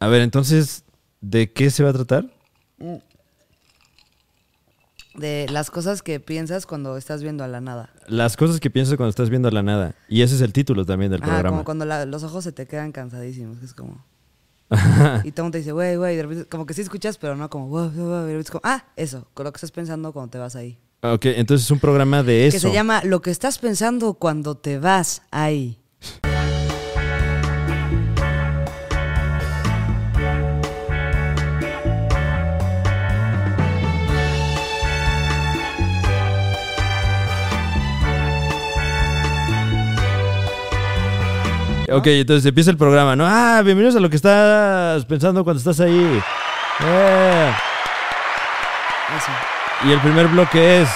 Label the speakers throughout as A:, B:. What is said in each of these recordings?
A: A ver, entonces, ¿de qué se va a tratar?
B: De las cosas que piensas cuando estás viendo a la nada.
A: Las cosas que piensas cuando estás viendo a la nada. Y ese es el título también del
B: Ajá,
A: programa.
B: como cuando la- los ojos se te quedan cansadísimos, que es como... Y todo el mundo te dice, güey, güey, y de repente, como que sí escuchas, pero no como, wow, wow, wow", y de repente es como, ah, eso, con lo que estás pensando cuando te vas ahí.
A: ok, entonces es un programa de eso.
B: Que se llama Lo que estás pensando cuando te vas ahí.
A: Ok, entonces empieza el programa, ¿no? Ah, bienvenidos a lo que estás pensando cuando estás ahí. Eh.
B: Eso.
A: Y el primer bloque es...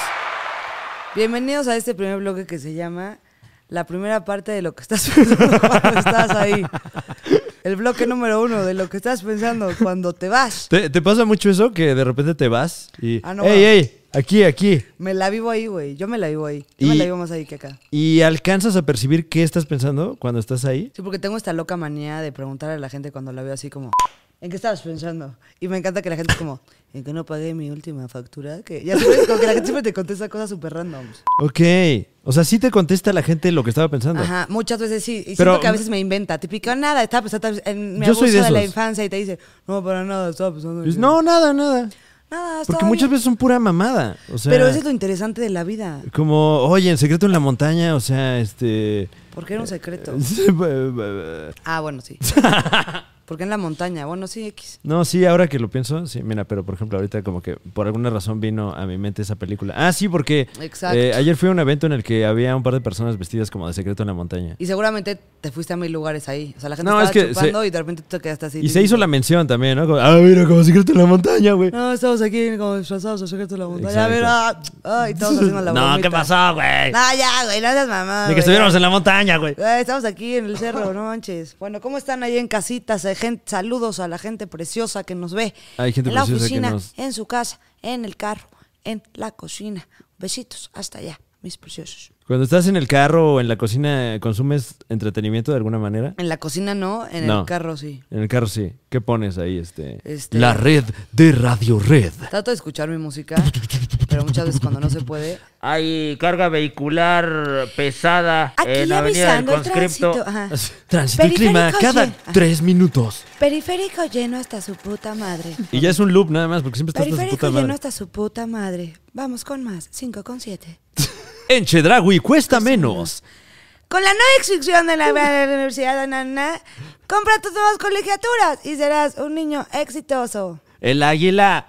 B: Bienvenidos a este primer bloque que se llama La primera parte de lo que estás pensando cuando estás ahí. El bloque número uno de lo que estás pensando cuando te vas.
A: ¿Te, te pasa mucho eso que de repente te vas y...
B: Ah, no,
A: ¡Ey,
B: bueno.
A: ey! Aquí, aquí.
B: Me la vivo ahí, güey. Yo me la vivo ahí. Yo me
A: Y-
B: la vivo más ahí que acá.
A: ¿Y alcanzas a percibir qué estás pensando cuando estás ahí?
B: Sí, porque tengo esta loca manía de preguntar a la gente cuando la veo así como, ¿en qué estabas pensando? Y me encanta que la gente es como, ¿en qué no pagué mi última factura? Que ya sabes, como que la gente siempre te contesta cosas súper randoms.
A: Ok. O sea, sí te contesta la gente lo que estaba pensando.
B: Ajá, muchas veces sí. Y
A: Pero-
B: siento que a veces me inventa. Típico, nada, estaba pensando en mi
A: Yo
B: abuso
A: soy
B: de,
A: de
B: la
A: esos.
B: infancia y te dice, no, para nada, estaba pensando. en
A: Pues,
B: que-
A: no, nada, nada.
B: Nada, estaba
A: Porque
B: bien".
A: muchas veces son pura mamada. O sea,
B: Pero eso es lo interesante de la vida.
A: como, oye, en secreto en la montaña, o sea, este...
B: ¿Por qué era un secreto?
A: eh,
B: Ah, bueno, sí. Porque en la montaña, bueno, sí, X.
A: No, sí, ahora que lo pienso, sí, mira, pero por ejemplo, ahorita como que por alguna razón vino a mi mente esa película. Ah, sí, porque
B: Exacto.
A: eh, ayer fui a un evento en el que había un par de personas vestidas como de secreto en la montaña.
B: Y seguramente te fuiste a mil lugares ahí. O sea, la gente
A: No, es
B: estaba
A: que
B: chupando
A: se-
B: y de repente tú te quedaste así.
A: Y se hizo la mención también, ¿no? Como, ah, mira, como secreto en la montaña, güey.
B: No, estamos aquí como disfrazados a secreto de la montaña. A ver, ah, ay, estamos haciendo la
A: No,
B: bromita.
A: ¿qué pasó, güey?
B: No, ya, güey, no seas mamá.
A: De
B: güey,
A: que estuviéramos
B: ya.
A: en la montaña, güey.
B: Ay, Estamos aquí en el cerro, no manches. Bueno, ¿cómo están ahí en casitas? Eh, gen- saludos a la gente preciosa que nos ve.
A: Hay gente
B: en la
A: preciosa que
B: oficina,
A: nos-
B: en su casa, en el carro, en la cocina. Besitos, hasta allá, mis preciosos.
A: Cuando estás en el carro o en la cocina, ¿consumes entretenimiento de alguna manera?
B: En la cocina no, en
A: No.
B: el carro sí.
A: En el carro sí. ¿Qué pones ahí, este?
B: Este-
A: La red de Radio Red.
B: Trato de escuchar mi música, pero muchas veces cuando no se puede.
C: Hay carga vehicular pesada
B: Aquí
C: en la avenida del
B: avisando el
C: conscripto.
B: tránsito. ajá.
A: Tránsito y clima
B: Ah. Periférico
A: cada
B: lleno.
A: tres minutos.
B: Periférico lleno hasta su puta madre.
A: Y ya es un loop nada más, porque siempre estás hasta su
B: Periférico
A: puta
B: lleno
A: madre.
B: hasta su puta madre. Vamos con más, 5 con 7.
A: En Chedragui cuesta menos.
B: Con la no inscripción de la, de la universidad, na, na, compra tus nuevas colegiaturas y serás un niño exitoso.
A: El águila.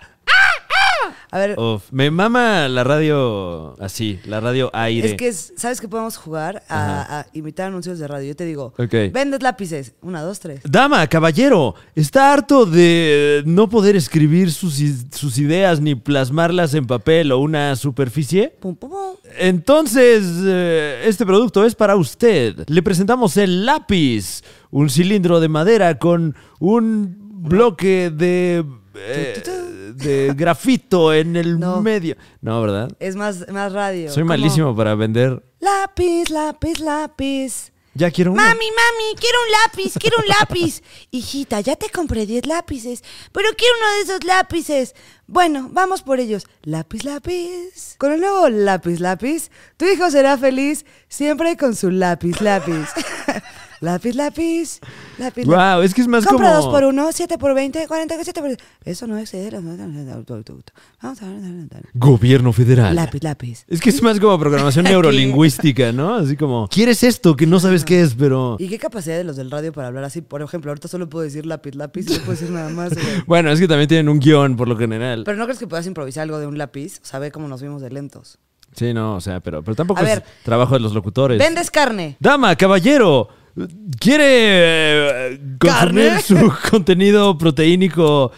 B: A ver,
A: Uf, me mama la radio así, la radio aire.
B: es que, es- ¿sabes que podemos jugar? A, a imitar anuncios de radio. Yo te digo,
A: Ok.
B: vendes lápices. Una, dos, tres.
A: Dama, caballero, está harto de no poder escribir sus, i- sus ideas ni plasmarlas en papel o una superficie.
B: Pum, pum, pum.
A: Entonces, eh, este producto es para usted. Le presentamos el lápiz, un cilindro de madera con un bloque de, eh, de grafito en el
B: No.
A: medio. No, ¿verdad?
B: Es más, más radio.
A: Soy
B: Como,
A: malísimo para vender.
B: Lápiz, lápiz, lápiz.
A: Ya quiero uno.
B: Mami, mami, quiero un lápiz, quiero un lápiz. Hijita, ya te compré 10 lápices, pero quiero uno de esos lápices. Bueno, vamos por ellos. Lápiz, lápiz. Con el nuevo lápiz, lápiz, tu hijo será feliz siempre con su lápiz, lápiz. lápiz, lápiz. Lápiz, lápiz.
A: Wow, es que es más
B: Compra
A: como.
B: dos por uno, siete por veinte, cuarenta, siete por... Eso no excede las... Vamos a ver...
A: Gobierno federal.
B: Lápiz, lápiz.
A: Es que es más como programación
B: Aquí.
A: neurolingüística, ¿no? Así como, ¿quieres esto que no sabes qué es, pero...
B: ¿Y qué capacidad de los del radio para hablar así? Por ejemplo, ahorita solo puedo decir lápiz, lápiz, no puedo decir nada más. güey.
A: Bueno, es que también tienen un guión por lo general.
B: Pero no crees que puedas improvisar algo de un lápiz, o sea, ve cómo nos vimos de lentos.
A: Sí, no, o sea, pero, pero tampoco
B: A
A: es
B: ver.
A: trabajo de los locutores.
B: Vendes carne.
A: Dama, caballero, ¿quiere eh, consumir
B: ¿Carne?
A: su contenido proteínico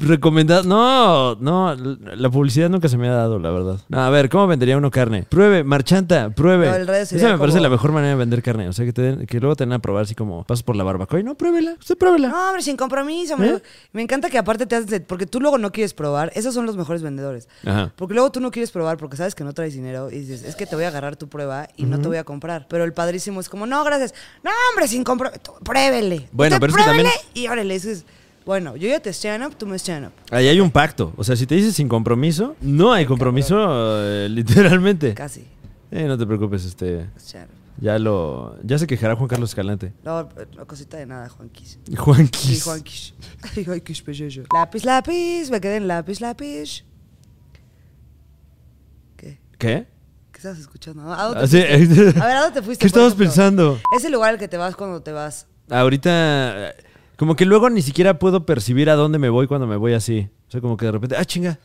A: recomendado? No, no, la publicidad nunca se me ha dado, la verdad. No, a ver, ¿cómo vendería uno carne? Pruebe, marchanta, pruebe.
B: No, el radio sería
A: Esa me parece
B: como-
A: la mejor manera de vender carne. O sea, que, te den- que luego te den a probar así como, pasas por la barbacoa y no, pruébela, usted pruébela.
B: No, hombre, sin compromiso. Me,
A: ¿Eh?
B: me encanta que aparte te haces, de- porque tú luego no quieres probar. Esos son los mejores vendedores.
A: Ajá.
B: Porque luego tú no quieres probar porque sabes que no traes dinero y dices, es que te voy a agarrar tu prueba y no te voy a comprar. Pero el padrísimo es como, no, gracias. No, hombre, sin compromiso. Pruébele.
A: Bueno,
B: Usted
A: pero es que también-
B: pruébele Y órale, eso es. Bueno, yo ya te stand up, tú me stand up.
A: Ahí hay un pacto. O sea, si te dices sin compromiso, no hay compromiso, eh, literalmente.
B: Casi.
A: Eh, no te preocupes, este.
B: Stand up.
A: Ya lo. Ya se quejará Juan Carlos Escalante.
B: No, no, cosita de nada, Juanquis.
A: Juanquis.
B: Sí, Juanquis. Ay, Juanquis, pues, yo, yo. Lápiz, lápiz, me quedé en lápiz, lápiz. ¿Qué?
A: ¿Qué?
B: ¿Qué estabas escuchando? ¿A dónde,
A: Ah, sí,
B: a ver, ¿a dónde te fuiste?
A: ¿Qué
B: por
A: estabas
B: ejemplo?
A: pensando?
B: Es el lugar al que te vas cuando te vas.
A: Ahorita. eh, Como que luego ni siquiera puedo percibir a dónde me voy cuando me voy así. O sea, como que de repente. ¡Ah, chinga!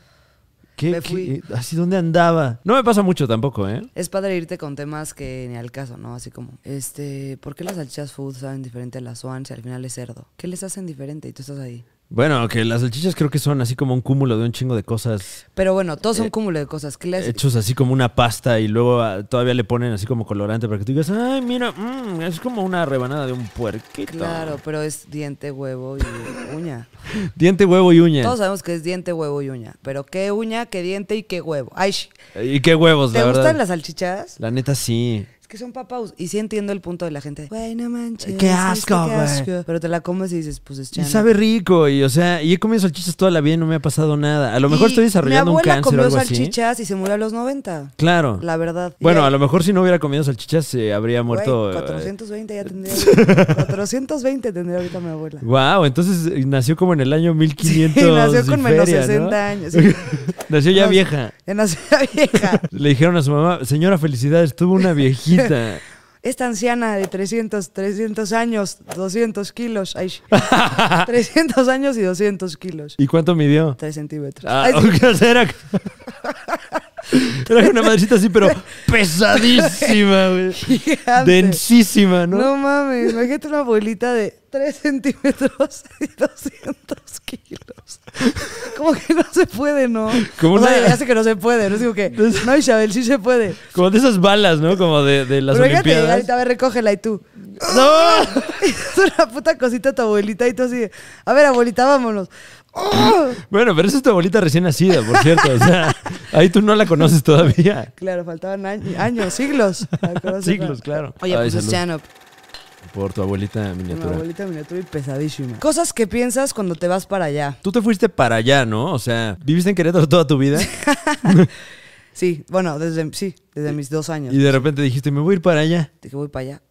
A: ¿Qué?
B: Me fui.
A: qué- ¿Así dónde andaba? No me pasa mucho tampoco, ¿eh?
B: Es padre irte con temas que ni al caso, ¿no? Así como, este, ¿por qué las salchichas food saben diferente a las Swan si al final es cerdo? ¿Qué les hacen diferente? Y tú estás ahí.
A: Bueno, que las salchichas creo que son así como un cúmulo de un chingo de cosas
B: Pero bueno, todos
A: Eh,
B: son cúmulo de cosas. ¿Qué les...
A: hechos así como una pasta y luego ah, todavía le ponen así como colorante para que tú digas, ay, mira, mm, es como una rebanada de un puerquito.
B: Claro, pero es diente, huevo y uña.
A: Diente, huevo y uña.
B: Todos sabemos que es diente, huevo y uña. Pero qué uña, qué diente y qué huevo. Ay, sh-
A: Y qué huevos,
B: ¿te
A: Pues la
B: gustan
A: verdad.
B: las salchichas?
A: La neta sí.
B: Es que son papaus. Y sí entiendo el punto de la gente. Güey, no manches.
A: Qué
B: este,
A: asco, güey.
B: Pero te la comes y dices, pues es
A: Y
B: chana.
A: sabe rico, y o sea, y he comido salchichas toda la vida y no me ha pasado nada. A lo mejor
B: Y
A: estoy desarrollando
B: mi
A: un
B: abuela
A: cáncer o
B: comió
A: algo así.
B: salchichas y se murió a los 90.
A: Claro.
B: La verdad.
A: Bueno,
B: Y-
A: a lo mejor si no hubiera comido salchichas se habría
B: Güey,
A: muerto. eh,
B: 420 ya tendría. 420 tendría ahorita mi abuela.
A: Wow, entonces eh, nació como en el año 1500.
B: Sí, nació con
A: y
B: menos
A: feria, ¿no?
B: 60 años, sí.
A: nació ya
B: No,
A: vieja.
B: Ya nació la vieja.
A: Le dijeron a su mamá, señora, felicidades, tuvo una viejita.
B: Esta anciana de 300, 300 años, 200 kilos. Ay, 300 años y 200 kilos.
A: ¿Y cuánto midió?
B: 3 centímetros.
A: Ah,
B: Ay, sí.
A: ok, o sea, era... era una madrecita así, pero pesadísima, güey.
B: Gigante.
A: Densísima, ¿no?
B: ¿no? mames, imagínate una abuelita de 3 centímetros y 200 kilos. Como que no se puede, ¿no?
A: Como
B: o sea,
A: una-
B: ya sé que no se puede, no digo que. No, Isabel, sí se puede.
A: Como de esas balas, ¿no? Como de, de las
B: Pero fíjate,
A: Olimpiadas.
B: ahorita, a ver, recógela y tú.
A: ¡No!
B: es una puta cosita tu abuelita y tú así. de, A ver, abuelita, vámonos. ¡Oh!
A: Bueno, pero esa es tu abuelita recién nacida, por cierto. O sea, ahí tú no la conoces todavía.
B: Claro, faltaban años, años siglos. para que no se
A: Siglos,
B: fuera.
A: claro.
B: Oye,
A: Ay,
B: pues es
A: salud.
B: Chanop,
A: Por tu abuelita
B: una
A: miniatura.
B: abuelita miniatura y pesadísima. Cosas que piensas cuando te vas para allá.
A: Tú te fuiste para allá, ¿no? O sea, viviste en Querétaro toda tu vida
B: Sí, bueno, desde, sí, desde mis dos años.
A: y de repente dijiste, me voy a ir para allá.
B: Dije, voy para allá.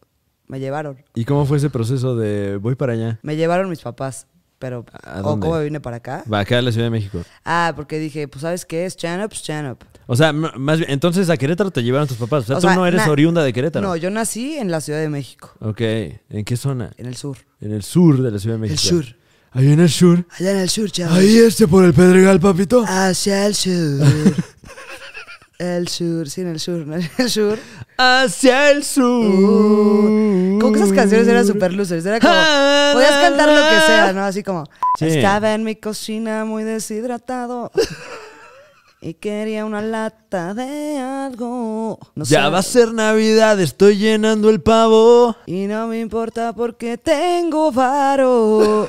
B: Me llevaron.
A: ¿Y cómo fue ese proceso de voy para allá?
B: Me llevaron mis papás, pero...
A: ¿A
B: ¿O
A: dónde?
B: cómo vine para acá?
A: Va acá a la Ciudad de México.
B: Ah, porque dije, pues ¿sabes qué es? Chanop, Chanop.
A: O sea, m- más bien, entonces a Querétaro te llevaron tus papás. O sea, tú no eres oriunda de Querétaro.
B: No, yo nací en la Ciudad de México,
A: Ok, ¿en qué zona?
B: en el sur.
A: En el sur de la Ciudad de México.
B: sur.
A: Ahí en el sur.
B: Allá en el sur, chavos.
A: Ahí este por el Pedregal, papito.
B: Hacia el sur. el sur, sí, en el sur, no en el sur.
A: Hacia el sur.
B: Uh, como que esas canciones eran super losers. Era como. Podías cantar lo que sea, ¿no? Así como.
A: Sí.
B: Estaba en mi cocina muy deshidratado. Y quería una lata de algo. No
A: ya
B: sé.
A: va a ser Navidad, estoy llenando el pavo
B: Y no me importa porque tengo varo.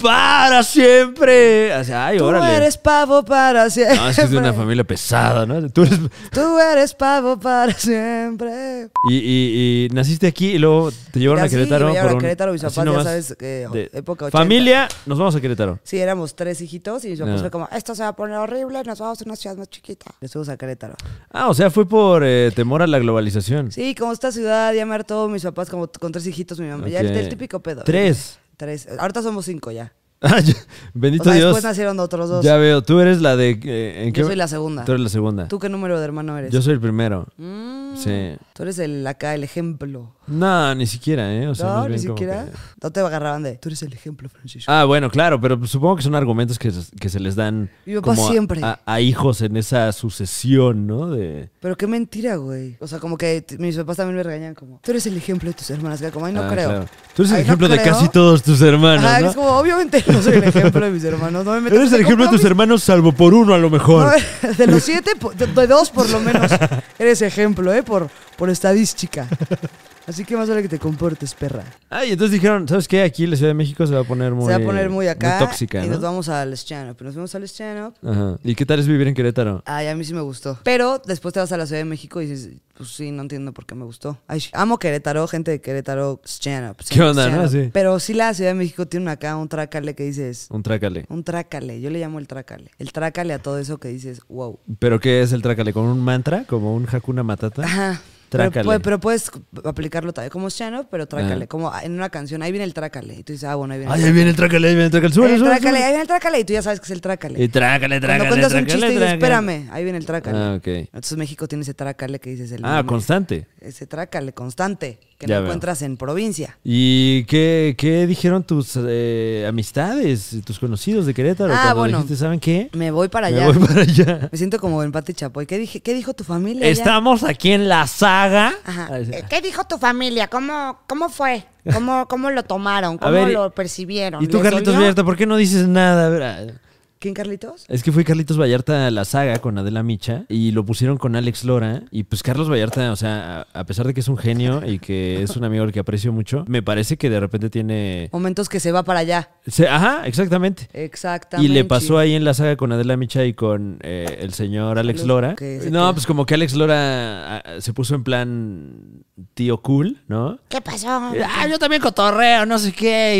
A: para siempre. Así, Ay,
B: Tú
A: órale.
B: eres pavo para siempre.
A: No, es que es de una familia pesada, ¿no? Tú eres...
B: Tú eres pavo para siempre.
A: Y, y- y naciste aquí y luego te llevaron
B: Mira,
A: a
B: sí,
A: Querétaro.
B: me llevaron
A: por
B: a
A: un-
B: Querétaro, mis
A: así
B: papás, ya
A: nomás
B: sabes, eh,
A: de-
B: época 80.
A: Familia, nos vamos a Querétaro.
B: Sí, éramos tres hijitos y mis papás
A: No.
B: fue como, esto se va a poner horrible, nos vamos a una ciudad más chiquita. Les fuimos a Querétaro.
A: Ah, o sea, fue por eh, temor a la globalización.
B: Sí, como esta ciudad, ya me hartó mis papás como t- con tres hijitos, mi mamá. Ya el,
A: Ok.
B: el típico pedo.
A: Tres.
B: Tres. Ahorita somos cinco ya.
A: Ah, ya-
B: O
A: Bendito
B: sea,
A: Dios.
B: después nacieron otros dos.
A: Ya veo, tú eres la de... eh, ¿en
B: Yo
A: qué-
B: soy la segunda.
A: Tú eres la segunda.
B: ¿Tú qué número de hermano eres?
A: Yo soy el primero.
B: Mm.
A: Sí.
B: Tú eres el acá, el ejemplo.
A: No, ni siquiera, ¿eh? O sea, más
B: no, ni
A: bien como
B: siquiera.
A: que-
B: No te agarraban de. Tú eres el ejemplo, Francisco.
A: Ah, bueno, claro, pero supongo que son argumentos que, se- que se les dan
B: Mi papá
A: como a-
B: siempre.
A: A, a hijos en esa sucesión, ¿no? De...
B: Pero qué mentira, güey. O sea, como que t- mis papás también me regañan como, tú eres el ejemplo de tus hermanas. Que como, ay, no
A: Ah,
B: creo.
A: claro. Tú eres el
B: Ay, no
A: ejemplo de
B: creo.
A: casi todos tus hermanos,
B: Ajá,
A: ¿no?
B: es como, obviamente no soy el ejemplo de mis hermanos. No me metas
A: Eres
B: en
A: el
B: ese
A: ejemplo de tus hermanos, salvo por uno a lo mejor.
B: compromiso. No, de los siete, po- de, de dos por lo menos, eres ejemplo, ¿eh? Por, por estadística. Así que más vale que te comportes, perra.
A: Ay, entonces dijeron, ¿sabes qué? Aquí la Ciudad de México se va a poner muy...
B: Se va a poner muy acá.
A: tóxica,
B: y
A: ¿no?
B: nos vamos al stand-up. Nos vamos al stand-up.
A: Ajá. ¿Y qué tal es vivir en Querétaro?
B: Ay, a mí sí me gustó. Pero después te vas a la Ciudad de México y dices, pues sí, no entiendo por qué me gustó. Ay, amo Querétaro, gente de Querétaro, stand up.
A: ¿Qué onda, no? Sí.
B: Pero sí la Ciudad de México tiene una acá, un trácale que dices,
A: Un trácale.
B: un trácale, yo le llamo el trácale. El trácale a todo eso que dices, wow.
A: ¿Pero qué es el trácale? ¿Con un mantra? ¿Como un Hakuna Matata?
B: Ajá. Pero,
A: Trácale.
B: pu- pero puedes aplicarlo también como stand up, pero trácale.
A: Ajá.
B: Como en una canción, ahí viene el trácale. Y tú dices, ah, bueno, ahí viene
A: Ay,
B: el
A: ahí viene el trácale, ahí viene el trácale. Sube,
B: Ahí viene
A: sube,
B: el trácale, ahí
A: sube.
B: viene el trácale. Y tú ya sabes que es el trácale.
A: Y Eh, trácale, trácale,
B: Cuando cuentas un
A: trácale,
B: chiste y dices,
A: trácale.
B: espérame, ahí viene el trácale.
A: Ah, ok.
B: Entonces México tiene ese trácale que dices el
A: Ah,
B: mame,
A: constante.
B: ese trácale constante que
A: Ya veo.
B: no encuentras en provincia.
A: ¿Y qué, qué dijeron tus eh, amistades, tus conocidos de Querétaro?
B: Ah,
A: cuando
B: bueno.
A: dijiste, ¿saben qué?
B: Me voy para
A: ¿Eh? Me
B: allá.
A: voy para allá.
B: Me siento como en Pati Chapoy. ¿Qué, dije, ¿Qué dijo tu familia? allá?
A: Estamos aquí en la saga.
B: Ajá.
A: Ah, sí.
D: Eh, ¿Qué dijo tu familia? ¿Cómo, cómo fue? ¿Cómo, ¿Cómo lo tomaron?
A: A
D: ¿Cómo
A: ver,
D: lo percibieron?
A: ¿Y tú,
D: ¿Les
A: Carlitos
D: dolió?
A: Vallarta, por qué no dices nada? A ver, ah,
B: ¿Quién, Carlitos?
A: Es que fue Carlitos Vallarta a la saga con Adela Micha y lo pusieron con Alex Lora. Y pues Carlos Vallarta, o sea, a a pesar de que es un genio y que es un amigo al que aprecio mucho, me parece que de repente tiene.
B: Momentos que se va para allá.
A: se- Ajá, exactamente.
B: Exactamente.
A: Y le pasó ahí en la saga con Adela Micha y con eh, el señor Alex
B: Lo
A: Lora.
B: que se
A: No,
B: queda.
A: pues como que Alex Lora ah, se puso en plan tío cool, ¿no?
D: ¿Qué pasó?
A: Ah, yo también cotorreo, no sé qué.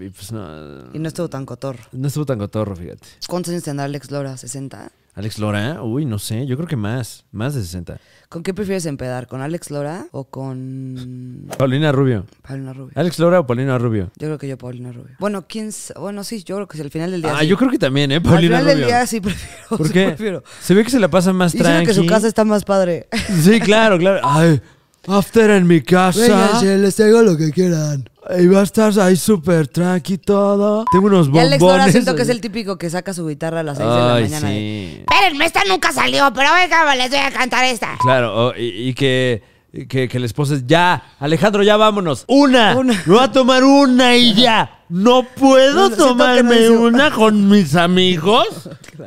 A: Y, y, pues no,
B: Y no estuvo tan cotorro.
A: no estuvo tan cotorro, fíjate.
B: ¿Cuántos años tendrá Alex Lora? ¿60?
A: Alex Lora, uy, no sé, yo creo que más, más de 60.
B: ¿Con qué prefieres empedar? ¿Con Alex Lora o con
A: Paulina Rubio.
B: Paulina Rubio?
A: Alex Lora o Paulina Rubio.
B: Yo creo que yo Paulina Rubio. Bueno, quién s- bueno, sí, yo creo que sí, al final del día
A: Ah,
B: sí.
A: yo creo que también, ¿eh? Paulina
B: al final
A: Rubio.
B: del día sí prefiero.
A: ¿Por
B: sí
A: qué?
B: prefiero.
A: Se ve que se la pasa más
B: Y siento
A: tranqui.
B: que su casa está más padre.
A: Sí, claro, claro. Ay, after en mi casa.
B: les traigo lo que quieran.
A: Y va a estar ahí súper tranqui todo. Tengo unos
B: Y
A: bombones.
B: Alex Lora siento que es el típico que saca su guitarra a las 6 de la
A: Ay,
B: mañana. de-
A: sí.
D: Espérenme, esta nunca salió, pero venga, les voy a cantar esta.
A: Claro, o- y, y que, y que, que la esposa es, ya, Alejandro, ya vámonos. Una.
B: Una.
A: Me voy a tomar una y ya. No
B: No,
A: puedo
B: siento que no
A: tomarme
B: dice-
A: una con mis amigos.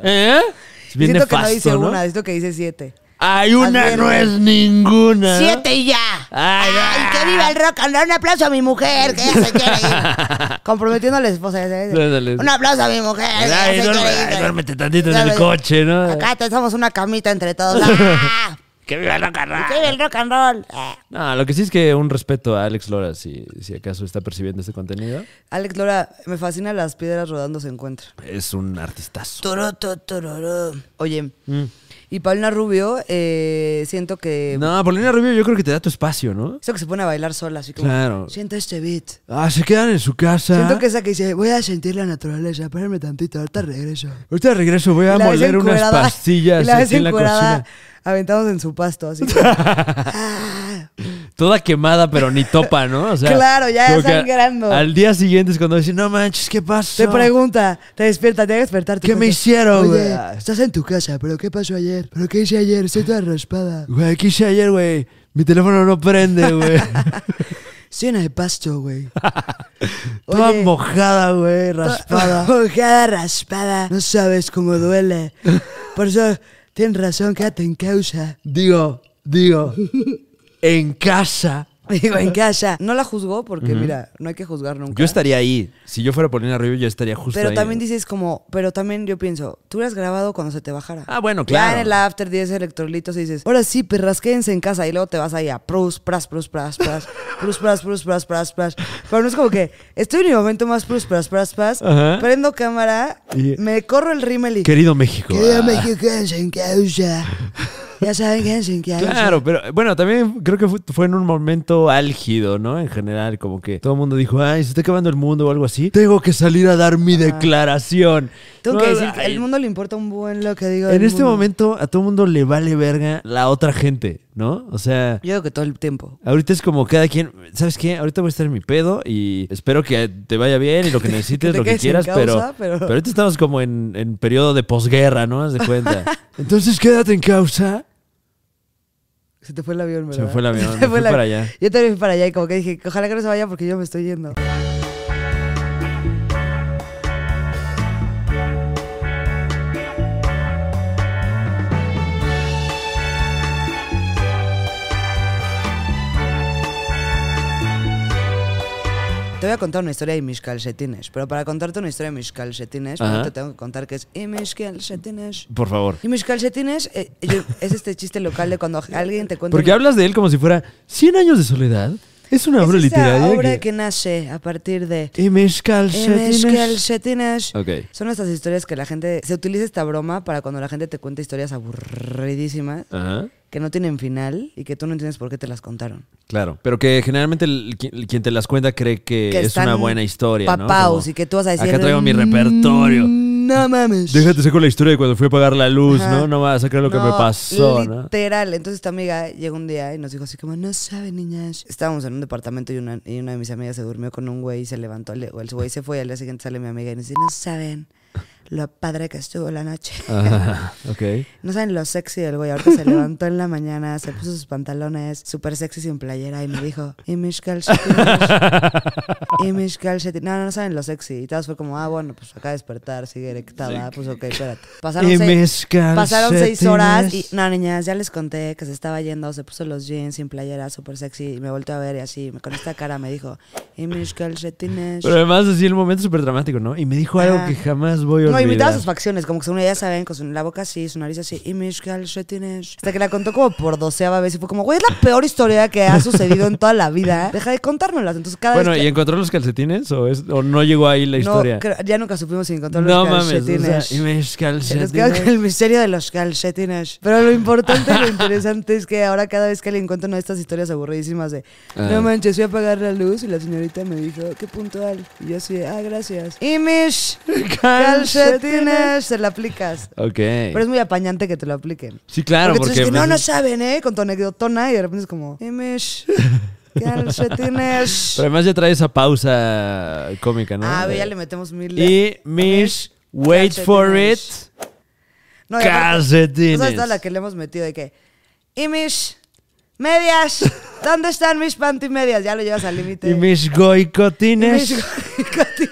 A: ¿Eh? Es bien
B: siento que no
A: nefasto,
B: dice
A: ¿no?
B: una, siento que dice siete.
A: Hay una,
B: Advierte.
A: no es ninguna.
D: Siete y ya.
A: Ay, ah.
D: que viva el rock and roll. Un aplauso a mi mujer, que ya se quiere ir.
B: Comprometiendo a la esposa. ya sabes.
A: Ándale.
D: Un aplauso a mi mujer, que ya
A: Ay,
D: se
A: duerme-
D: quiere
A: ay,
D: ir.
A: duérmete tantito en
D: Duérmete.
A: el coche, ¿no?
D: Acá te hacemos una camita entre todos. Ah,
A: Que viva el rock and roll.
D: que viva el rock and roll. Ah.
A: No, lo que sí es que un respeto a Alex Lora, si, si acaso está percibiendo este contenido.
B: Alex Lora, me fascina las piedras rodando se encuentran.
A: Es un artistazo.
B: Toro, to, tororo. Oye,
A: Mm.
B: y Paulina Rubio, eh, siento que.
A: No, Paulina Rubio yo creo que te da tu espacio, ¿no?
B: Siento que se pone a bailar sola, así como.
A: Claro.
B: Siento este beat.
A: Ah, se quedan en su casa.
B: Siento que esa que dice, voy a sentir la naturaleza, espérame tantito, ahorita regreso.
A: Ahorita regreso, voy a
B: Y la ves
A: moler unas
B: encuerada-
A: pastillas
B: y la ves
A: aquí en la
B: encuerada,
A: cocina.
B: aventados en su pasto, así. como,
A: Toda quemada, pero ni topa, ¿no? O sea,
B: Claro, ya
A: como que
B: sangrando.
A: Al día siguiente es cuando dicen, no manches, ¿qué pasó?
B: te pregunta, te despierta, te a despertar. te
A: ¿Qué me
B: cuenta,
A: hicieron,
B: Oye,
A: güey?"
B: estás en tu casa, pero ¿qué pasó ayer? ¿Pero qué hice ayer? Estoy toda raspada.
A: Güey, ¿qué hice ayer, güey? Mi teléfono no prende, güey.
B: Llena de pasto, güey.
A: Toda
B: Oye.
A: mojada, güey, raspada.
B: Mojada, raspada. No sabes cómo duele. Por eso, tienes razón, quédate en causa.
A: digo, digo, en casa.
B: Digo, en casa. No la juzgó porque, mira, no hay que juzgar nunca.
A: Yo estaría ahí. Si yo fuera Paulina Rubio, yo estaría justo
B: Pero
A: ahí.
B: también dices como, pero también yo pienso, tú hubieras grabado cuando se te bajara.
A: Ah, bueno,
B: Ya
A: claro.
B: en el after 10 electrolitos y dices, ahora sí, perras, quédense en casa. Y luego te vas ahí a prus, pras, prus, pras, pras, prus, pras, prus, pras, pras, pras. Pero no es como que estoy en mi momento más prus, pras, pras, pras.
A: Ajá.
B: Prendo cámara,
A: Y-
B: me corro el rímel y...
A: Querido México.
B: Querido
A: ah.
B: México, quédense en casa. Ya saben, quédense en casa.
A: Claro, pero bueno, también creo que fue, fue en un momento álgido, ¿no? En general, como que todo el mundo dijo, ay, se está acabando el mundo o algo así. Tengo que salir a dar mi declaración.
B: Tengo
A: No,
B: que decir que
A: ay,
B: al mundo le importa un buen lo que digo.
A: En
B: del
A: este
B: mundo.
A: momento a todo el mundo le vale verga la otra gente, ¿no? O sea,
B: Yo creo que todo el tiempo.
A: Ahorita es como cada quien, ¿sabes qué? Ahorita voy a estar en mi pedo y espero que te vaya bien y lo que necesites,
B: te
A: lo que
B: quedes sin
A: quieras,
B: causa,
A: pero,
B: pero-
A: pero ahorita estamos como en, en periodo de posguerra, ¿no? Haz de cuenta. Entonces quédate en causa.
B: Se te fue el avión, ¿verdad?
A: me fue el avión, me
B: te
A: fui
B: el
A: para
B: avión.
A: allá.
B: Yo también fui para allá y como que dije, ojalá que no se vaya porque yo me estoy yendo. te voy a contar una historia de mis calcetines, pero para contarte una historia de mis calcetines,
A: Ajá.
B: primero te tengo que contar que es y mis calcetines.
A: Por favor.
B: Y mis calcetines eh, yo- es este chiste local de cuando alguien te cuenta
A: Porque
B: una-
A: hablas de él como si fuera 100 años de soledad. Es una
B: es
A: obra
B: esa
A: literaria.
B: obra
A: que-
B: que nace a partir de
A: Y mis
B: Eh, mis
A: calcetines.
B: calcetines.
A: Ok.
B: Son estas historias que la gente. Se utiliza esta broma para cuando la gente te cuenta historias aburridísimas
A: Ajá.
B: que no tienen final y que tú no entiendes por qué te las contaron.
A: Claro, pero que generalmente el- quien, quien te las cuenta cree que,
B: Que
A: es
B: están
A: una buena historia. ¿no?
B: papaos
A: Como,
B: y que tú vas a decir. "Mm,
A: Acá traigo mi repertorio.
B: No mames.
A: Déjate saco la historia de cuando fui a pagar la luz,
B: Ajá.
A: ¿no? No vas a creer lo que me
B: No,
A: pasó, ¿no?
B: Literal. Entonces esta amiga llegó un día y nos dijo así como, no sabe, niñas. Estábamos en un departamento y una, y una de mis amigas se durmió con un güey y se levantó. El, el güey se fue y al día siguiente sale mi amiga y nos dice, no saben lo padre que estuvo la noche.
A: Ajá, ok.
B: No saben lo sexy del güey. Ahorita se levantó en la mañana, se puso sus pantalones, súper sexy sin playera, y me dijo, y mis calcetines. y mis calcetines. No, no, no saben lo sexy. Y todos fue como, ah, bueno, pues acaba de despertar, sigue erectada. Pues ok, espérate. Pasaron,
A: Y
B: seis,
A: mis
B: pasaron seis
A: calcetines.
B: horas y. No, niñas, ya les conté que se estaba yendo, se puso los jeans sin playera, súper sexy, y me volteó a ver y así, con esta cara me dijo, y mis calcetines.
A: Pero además, así el momento es súper dramático, ¿no? Y me dijo algo
B: Ajá.
A: que jamás voy a olvidar.
B: No, imitaba sus facciones, como que según ella saben, con su- la boca así, su nariz así, y mis calcetines. Hasta que la contó como por doceava vez y fue como, güey, es la peor historia que ha sucedido en toda la vida. Deja de contárnoslas. Entonces cada
A: Bueno,
B: vez.
A: ¿y
B: que-
A: encontró los calcetines o, es- o no llegó ahí la
B: no,
A: historia?
B: creo- ya nunca supimos si encontró
A: No
B: los
A: mames, o
B: calcetines.
A: sea, y mis
B: Se nos queda con el
A: calcetines.
B: misterio de los calcetines. Pero lo importante y lo interesante es que ahora cada vez que le encuentro una de estas historias aburridísimas de
A: Ah.
B: No manches, fui a apagar la luz y la señorita me dijo, qué puntual. Y yo así, de, ah, gracias. Y mis calcetines se la aplicas. Pero
A: Ok.
B: es muy apañante que te lo apliquen.
A: Sí, claro,
B: porque, tú
A: porque...
B: dices que
A: me-
B: no, no saben, ¿eh? Con tu anecdotona y de repente es como, "Y mis calcetines.
A: Pero además ya trae esa pausa cómica, ¿no? Eh,
B: Ah, ve, ya le metemos mil.
A: Y mis, wait for it,
B: calcetines. No, y aparte-
A: calcetines.
B: ¿Tú sabes toda la que le hemos metido de que, y mis medias, ¿dónde están mis pantimedias? Ya lo llevas al límite.
A: Y mis
B: Y
A: goicotines.
B: mis goicoti-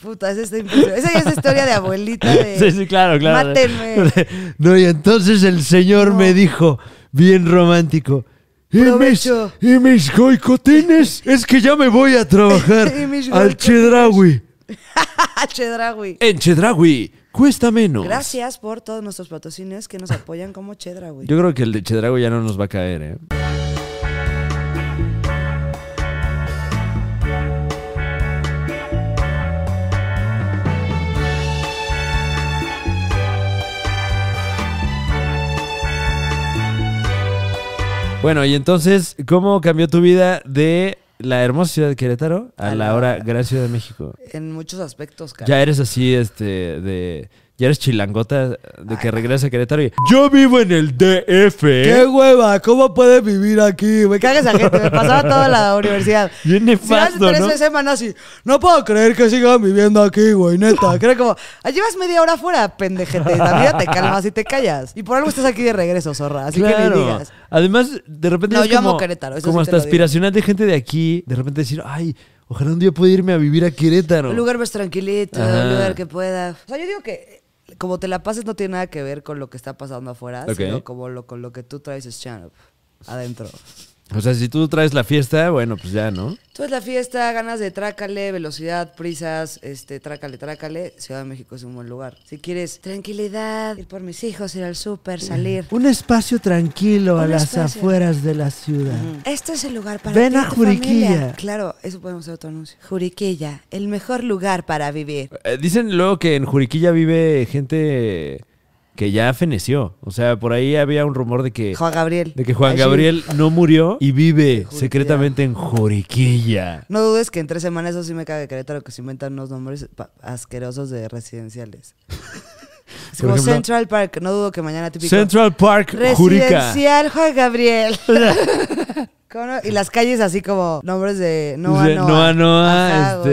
B: Puta, esa está impresionante. Esa ya es historia de abuelita de...
A: Sí, sí, claro, claro.
B: Mátenme.
A: No, y entonces el señor me dijo, bien romántico, y mis,
B: Provecho.
A: y mis goicotines, es que ya me voy a trabajar
B: Y mis
A: al
B: goicotines.
A: Chedraui.
B: Chedraui.
A: En Chedraui, cuesta menos.
B: Gracias por todos nuestros patrocinios que nos apoyan como Chedraui.
A: Yo creo que el de Chedraui ya no nos va a caer, ¿eh? Bueno, y entonces, ¿cómo cambió tu vida de la hermosa ciudad de Querétaro a
B: A
A: la
B: la-
A: ahora gran ciudad de México?
B: En muchos aspectos, cara.
A: Ya eres así, este, de... Ya eres chilangota de que regresa a Querétaro y... Yo vivo en el ¿eh? DF.
B: ¡Qué hueva! ¿Cómo puedes vivir aquí? Me caga esa gente. Me pasaba toda la universidad.
A: Bien
B: Si vas
A: nefasto,
B: tres
A: ¿no?
B: veces semana así, no puedo creer que sigan viviendo aquí, güey, neta. Que era como, "Ah, llevas media hora fuera, pendejete. La vida te calmas y te callas. Y por algo estás aquí de regreso, zorra. Así que ni digas.
A: Además, de repente
B: No,
A: es
B: yo
A: como,
B: amo Querétaro, eso
A: como
B: sí te
A: hasta
B: lo digo.
A: aspiracional de gente de aquí, de repente decir, ay, ojalá un día pueda irme a vivir a Querétaro.
B: Un lugar más tranquilito,
A: Ajá.
B: un lugar que pueda. O sea, yo digo que eh, como te la pases no tiene nada que ver con lo que está pasando afuera,
A: Ok.
B: sino como lo, con lo que tú traes stand up adentro.
A: O sea, si tú traes la fiesta, bueno, pues ya, ¿no?
B: Tú es la fiesta, ganas de trácale, velocidad, prisas, este, trácale, trácale. Ciudad de México es un buen lugar. Si quieres tranquilidad, ir por mis hijos, ir al súper, salir.
A: Un espacio tranquilo a
B: Un
A: las
B: espacio.
A: afueras de la ciudad.
B: Este es el lugar para
A: Ven
B: ti y
A: a
B: tu
A: Juriquilla.
B: familia. Claro, eso podemos hacer otro anuncio. Juriquilla, el mejor lugar para vivir.
A: Eh, dicen luego que en Juriquilla vive gente que ya feneció. O sea, por ahí había un rumor de que...
B: Juan Gabriel.
A: De que Juan
B: Ahí sí.
A: Gabriel no murió y vive
B: Juriquilla.
A: secretamente en Juriquilla.
B: No dudes que en tres semanas, eso sí me caga de Querétaro, que se inventan unos nombres pa- asquerosos de residenciales. Es
A: Por
B: como
A: ejemplo,
B: Central Park, no dudo que mañana típico.
A: Central Park, Jurica.
B: Residencial Juan Gabriel. ¿Cómo no? Y las calles así como nombres de Noa
A: De
B: Noa.
A: Noa Noa,
B: Ajá,
A: este,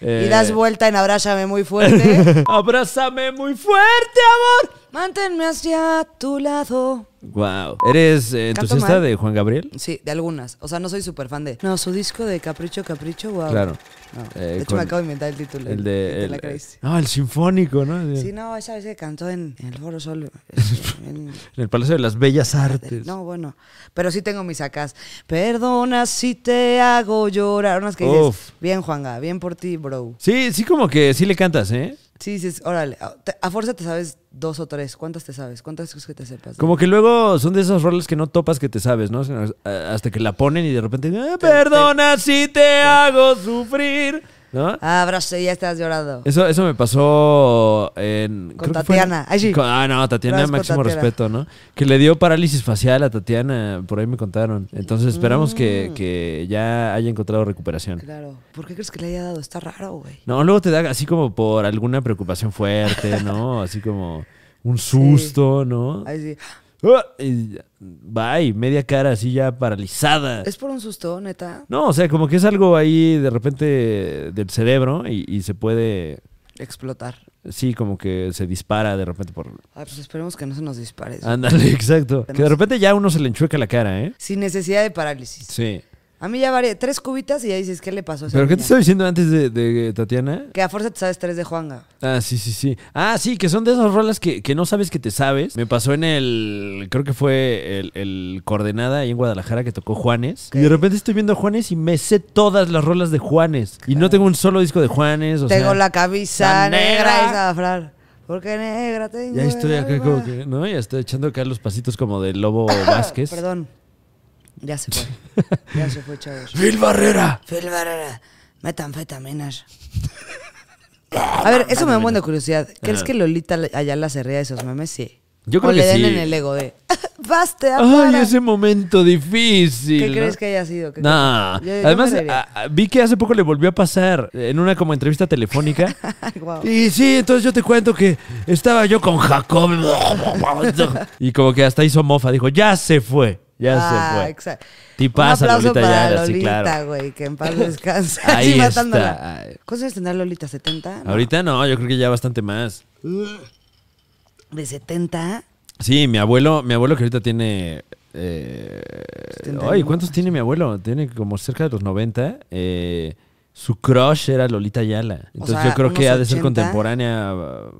B: güey.
A: eh.
B: Y das vuelta en Abrázame muy fuerte.
A: Abrázame muy fuerte, amor.
B: Manténme hacia tu lado.
A: Wow. ¿Eres eh,
B: Canto
A: entusiasta
B: mal.
A: de Juan Gabriel?
B: Sí, de algunas. O sea, no soy súper fan de. No, su disco de Capricho, Capricho, wow.
A: Claro.
B: No,
A: Eh,
B: de hecho,
A: con
B: me acabo de inventar Ah, el título.
A: El de.
B: de
A: el-
B: la
A: eh,
B: Crazy.
A: no, el sinfónico, ¿no?
B: Sí, no, esa vez se cantó en, en el Foro Sol. este, en-
A: En el Palacio de las Bellas Artes.
B: no, bueno. Pero sí tengo mis acás. Perdona si te hago llorar. Unas que dices,
A: Uf.
B: bien, Juanga, bien por ti, bro. sí
A: Sí, sí, como que sí le cantas, ¿eh?
B: Sí, sí, órale. A, te- a fuerza te sabes dos o tres. ¿Cuántas te sabes? ¿Cuántas crees que te sepas?
A: Como que luego son de esos roles que no topas que te sabes, ¿no? Sino, eh, Hasta que la ponen y de repente. "Ah, perdona si te hago sufrir. ¿No?
B: Abrazo, ya estás llorado.
A: Eso, eso me pasó en.
B: Con
A: creo que fue en-
B: Tatiana, ay, sí.
A: con- ah, no, Tatiana,
B: Otra vez con
A: máximo
B: Tatiana.
A: respeto, ¿no? Que le dio parálisis facial a Tatiana, por ahí me contaron. Entonces esperamos
B: Mm.
A: que, que ya haya encontrado recuperación.
B: Claro. ¿Por qué crees que le haya dado? Está raro, güey.
A: No, luego te da así como por alguna preocupación fuerte, ¿no? Así como un susto, ¿no?
B: Ay, sí.
A: Ah, y ya, Bye, media cara así ya paralizada.
B: Es por un susto, neta.
A: No, o sea, como que es algo ahí de repente del cerebro y, y se puede.
B: Explotar.
A: Sí, como que se dispara de repente por.
B: Ay, pues esperemos que no se nos dispare. eso.
A: Ándale, exacto. Que de
B: Tenemos-
A: repente ya uno se le enchueca la cara, ¿eh?
B: Sin necesidad de parálisis.
A: Sí.
B: A mí ya varias, tres cubitas y ya dices, ¿qué le pasó a esa
A: ¿Pero qué te
B: niña?
A: estaba diciendo antes de, de Tatiana?
B: Que a fuerza te sabes tres de Juanga.
A: Ah, sí, sí, sí. Ah, sí, que son de esas rolas que, que no sabes que te sabes. Me pasó en el. Creo que fue el, el Coordenada ahí en Guadalajara que tocó Juanes. Y de repente estoy viendo a Juanes y me sé todas las rolas de Juanes. Y no tengo un solo disco de Juanes. O
B: tengo
A: sea,
B: la camisa
A: la
B: negra
A: negra.
B: y zafrar. Porque negra tengo.
A: Y ahí estoy
B: el
A: acá
B: alma.
A: como que. ¿No? Ya estoy echando acá los pasitos como de Lobo Vázquez.
B: Perdón. Ya se fue. ya se fue, chavos.
A: ¡Phil Barrera!
B: Phil Barrera, metanfetaminas. A ver, eso me da un buen de curiosidad. ¿Crees
A: Ajá.
B: que Lolita le- Ayala se ría de esos memes? Sí.
A: Yo creo
B: o le
A: que
B: den
A: sí.
B: en el ego de. ¡Basta!
A: ¡Ay,
B: para".
A: ese momento difícil!
B: ¿Qué
A: ¿no?
B: crees que haya sido? ¿Qué
A: Nah.
B: crees? Yo- yo
A: Además, ah,
B: me reiría.
A: a- a- vi que hace poco le volvió a pasar en una como entrevista telefónica.
B: Ay, guau.
A: Y sí, entonces yo te cuento que estaba yo con Jacob. y como que hasta hizo mofa, dijo, ya se fue, ya
B: Ah,
A: se fue.
B: exacto.
A: Tipaza,
B: Un aplauso
A: Lolita
B: para
A: Ayala, sí,
B: Lolita,
A: claro.
B: güey, que en paz descansa.
A: Ahí
B: Así
A: está.
B: matándola.
A: Ay.
B: ¿Cuántos años tendrá Lolita? ¿70? No.
A: Ahorita no, yo creo que ya bastante más.
B: ¿De 70?
A: Sí, mi abuelo, mi abuelo que ahorita tiene...
B: Pues
A: eh, ay, ¿cuántos tiene mi abuelo? Tiene como cerca de los 90. eh, su crush era Lolita Ayala. Entonces
B: sea,
A: yo creo que
B: unos
A: ha de ser
B: 80.
A: contemporánea uh,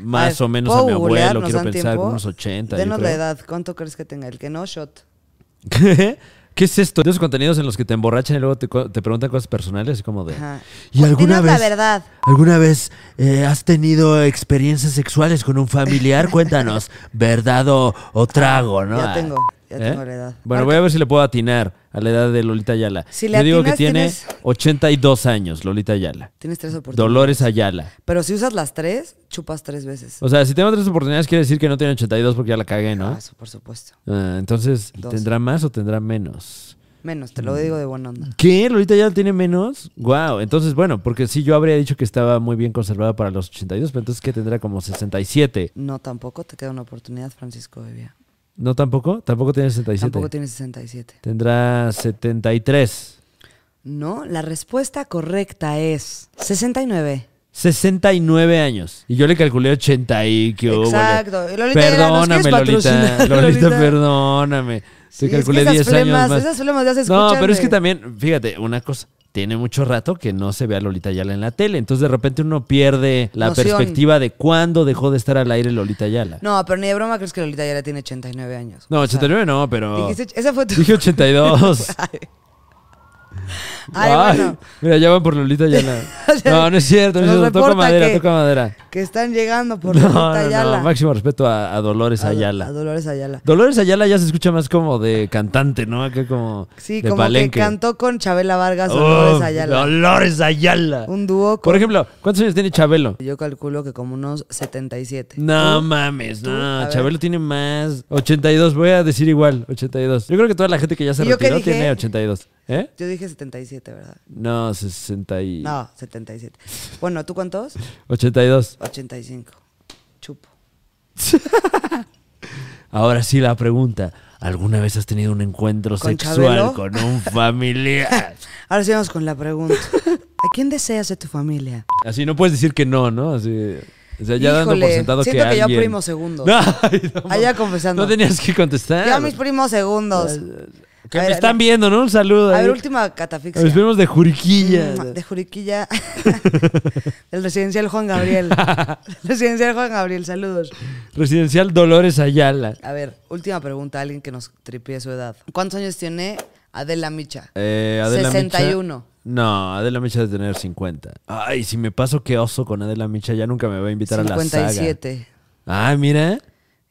A: más
B: ver,
A: o menos a
B: ¿puedo
A: mi
B: googlear?
A: abuelo.
B: ¿Nos
A: Quiero
B: dan
A: pensar,
B: tiempo?
A: unos 80. yo
B: Denos la
A: creo.
B: edad. ¿Cuánto crees que tenga? El que no, shot.
A: ¿Qué? ¿Qué es esto? De esos contenidos en los que te emborrachan y luego te, co- te preguntan cosas personales, así como de...
B: Ajá.
A: ¿Y alguna
B: Dinos la
A: vez,
B: verdad.
A: alguna vez eh, has tenido experiencias sexuales con un familiar? Cuéntanos, ¿verdad o, o trago, no?
B: Ya
A: Ah.
B: tengo, ya tengo la edad.
A: Bueno, voy a ver si le puedo atinar a la edad de Lolita Ayala.
B: Si le
A: Yo digo que
B: atinas,
A: tiene
B: tienes-
A: 82 años, Lolita Ayala.
B: Tienes tres oportunidades.
A: Dolores Ayala.
B: Pero si usas las tres, chupas tres veces.
A: O sea, si tengo tres oportunidades, quiere decir que no tiene 82 porque ya la cagué, ¿no?
B: Ah, eso, por supuesto.
A: Ah, entonces,
B: Dos.
A: ¿tendrá más o tendrá menos?
B: Menos, te
A: Mm.
B: lo digo de buena onda.
A: ¿Qué? ¿Lolita ya tiene menos? Wow. Entonces, bueno, porque sí, yo habría dicho que estaba muy bien conservada para los 82, pero entonces que tendrá como 67.
B: No, tampoco te queda una oportunidad, Francisco Bebia.
A: ¿No tampoco? Tampoco tiene 67.
B: Tampoco tienes 67.
A: Tendrá 73.
B: No, la respuesta correcta es 69.
A: 69 años. Y yo le calculé 80 y que hubo,
B: Exacto.
A: le-
B: Y Lolita ya nos
A: perdóname,
B: quieres
A: Lolita.
B: patrocinar,
A: Lolita,
B: Lolita.
A: perdóname.
B: Sí,
A: Te
B: es que
A: calculé
B: esas
A: 10
B: flemas-
A: años más.
B: esas flemas ya se
A: No,
B: escuchan
A: pero es
B: de-
A: que también, fíjate, una cosa. Tiene mucho rato que no se ve a Lolita Ayala en la tele. Entonces, de repente, uno pierde la
B: Noción.
A: perspectiva de cuándo dejó de estar al aire Lolita Ayala.
B: No, pero ni de broma crees que Lolita ya tiene 89 años.
A: No,
B: O sea,
A: 89 no, pero.
B: dijiste- esa fue tu...
A: Dije 82.
B: Ay. Ay,
A: Ay,
B: bueno.
A: Mira, ya van por Lolita Ayala.
B: O sea,
A: No, no es cierto. No es
B: nos
A: cierto. Toca
B: reporta
A: madera,
B: que-
A: toca madera.
B: Que están llegando por
A: No,
B: Lolita
A: no,
B: Ayala.
A: no. Máximo respeto a, a Dolores
B: A-
A: Ayala.
B: A Dolores Ayala.
A: Dolores Ayala ya se escucha más como de cantante, ¿no? Acá como.
B: Sí,
A: de
B: como
A: palenque.
B: que cantó con Chabela Vargas
A: Oh,
B: Dolores Ayala.
A: Dolores Ayala.
B: Un dúo con-
A: Por ejemplo, ¿cuántos años tiene Chabelo?
B: Yo calculo que como unos 77.
A: No mames,
B: A
A: no.
B: ver.
A: Chabelo tiene más. 82, voy a decir igual, 82. Yo creo que toda la gente que ya se
B: ¿Y yo qué
A: retiró
B: dije?
A: tiene 82. ¿Eh?
B: Yo dije 77, ¿verdad?
A: No, 60 y...
B: No, 77. Bueno, ¿tú cuántos?
A: 82.
B: 85. Chupo.
A: Ahora sí la pregunta. ¿Alguna vez has tenido un encuentro
B: ¿Con
A: sexual
B: Chabelo?
A: con un familiar?
B: Ahora sí vamos con la pregunta. ¿A quién deseas de tu familia?
A: Así no puedes decir que no, ¿no? Así... O sea, ya dando por
B: Híjole,
A: sentado que
B: siento que yo
A: alguien-
B: primo segundos.
A: No, ay, no,
B: Allá confesando.
A: Ah, No tenías que contestar.
B: Yo a mis primos segundos.
A: Que
B: A
A: me
B: ver,
A: están
B: la-
A: viendo, ¿no? Un saludo.
B: A
A: ahí.
B: ver, última catafixia.
A: Los vemos de Juriquilla.
B: Mm, De Juriquilla. El residencial Juan Gabriel. El residencial Juan Gabriel, saludos.
A: Residencial Dolores Ayala.
B: A ver, última pregunta, alguien que nos tripee su edad. ¿Cuántos años tiene Adela Micha?
A: Eh, Adela
B: 61.
A: Micha- No, Adela Micha de tener 50. Ay, si me paso qué oso con Adela Micha, ya nunca me va a invitar a la saga.
B: 57.
A: Ah, mira.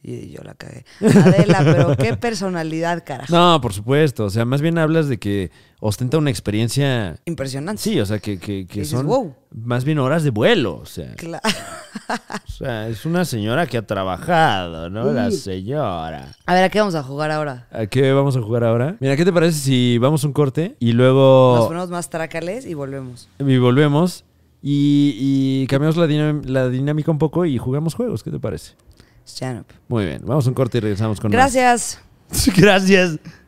B: Y yo la cagué. Adela, pero qué personalidad, carajo.
A: No, por supuesto. O sea, más bien hablas de que ostenta una experiencia.
B: Impresionante.
A: Sí, o sea, que, que- que
B: Dices,
A: son
B: "Wow".
A: más bien horas de vuelo. O sea,
B: Cla-
A: o sea, es una señora que ha trabajado, ¿no? La señora.
B: A ver, ¿a qué vamos a jugar ahora?
A: ¿A qué vamos a jugar ahora? Mira, ¿qué te parece si vamos a un corte y
B: Nos
A: luego
B: ponemos más trácales y volvemos.
A: y volvemos y, y cambiamos la, dinam- la dinámica un poco y jugamos juegos? ¿Qué te parece?
B: Stand up.
A: Muy bien, vamos a un corte y regresamos con más.
B: Gracias.
A: Gracias.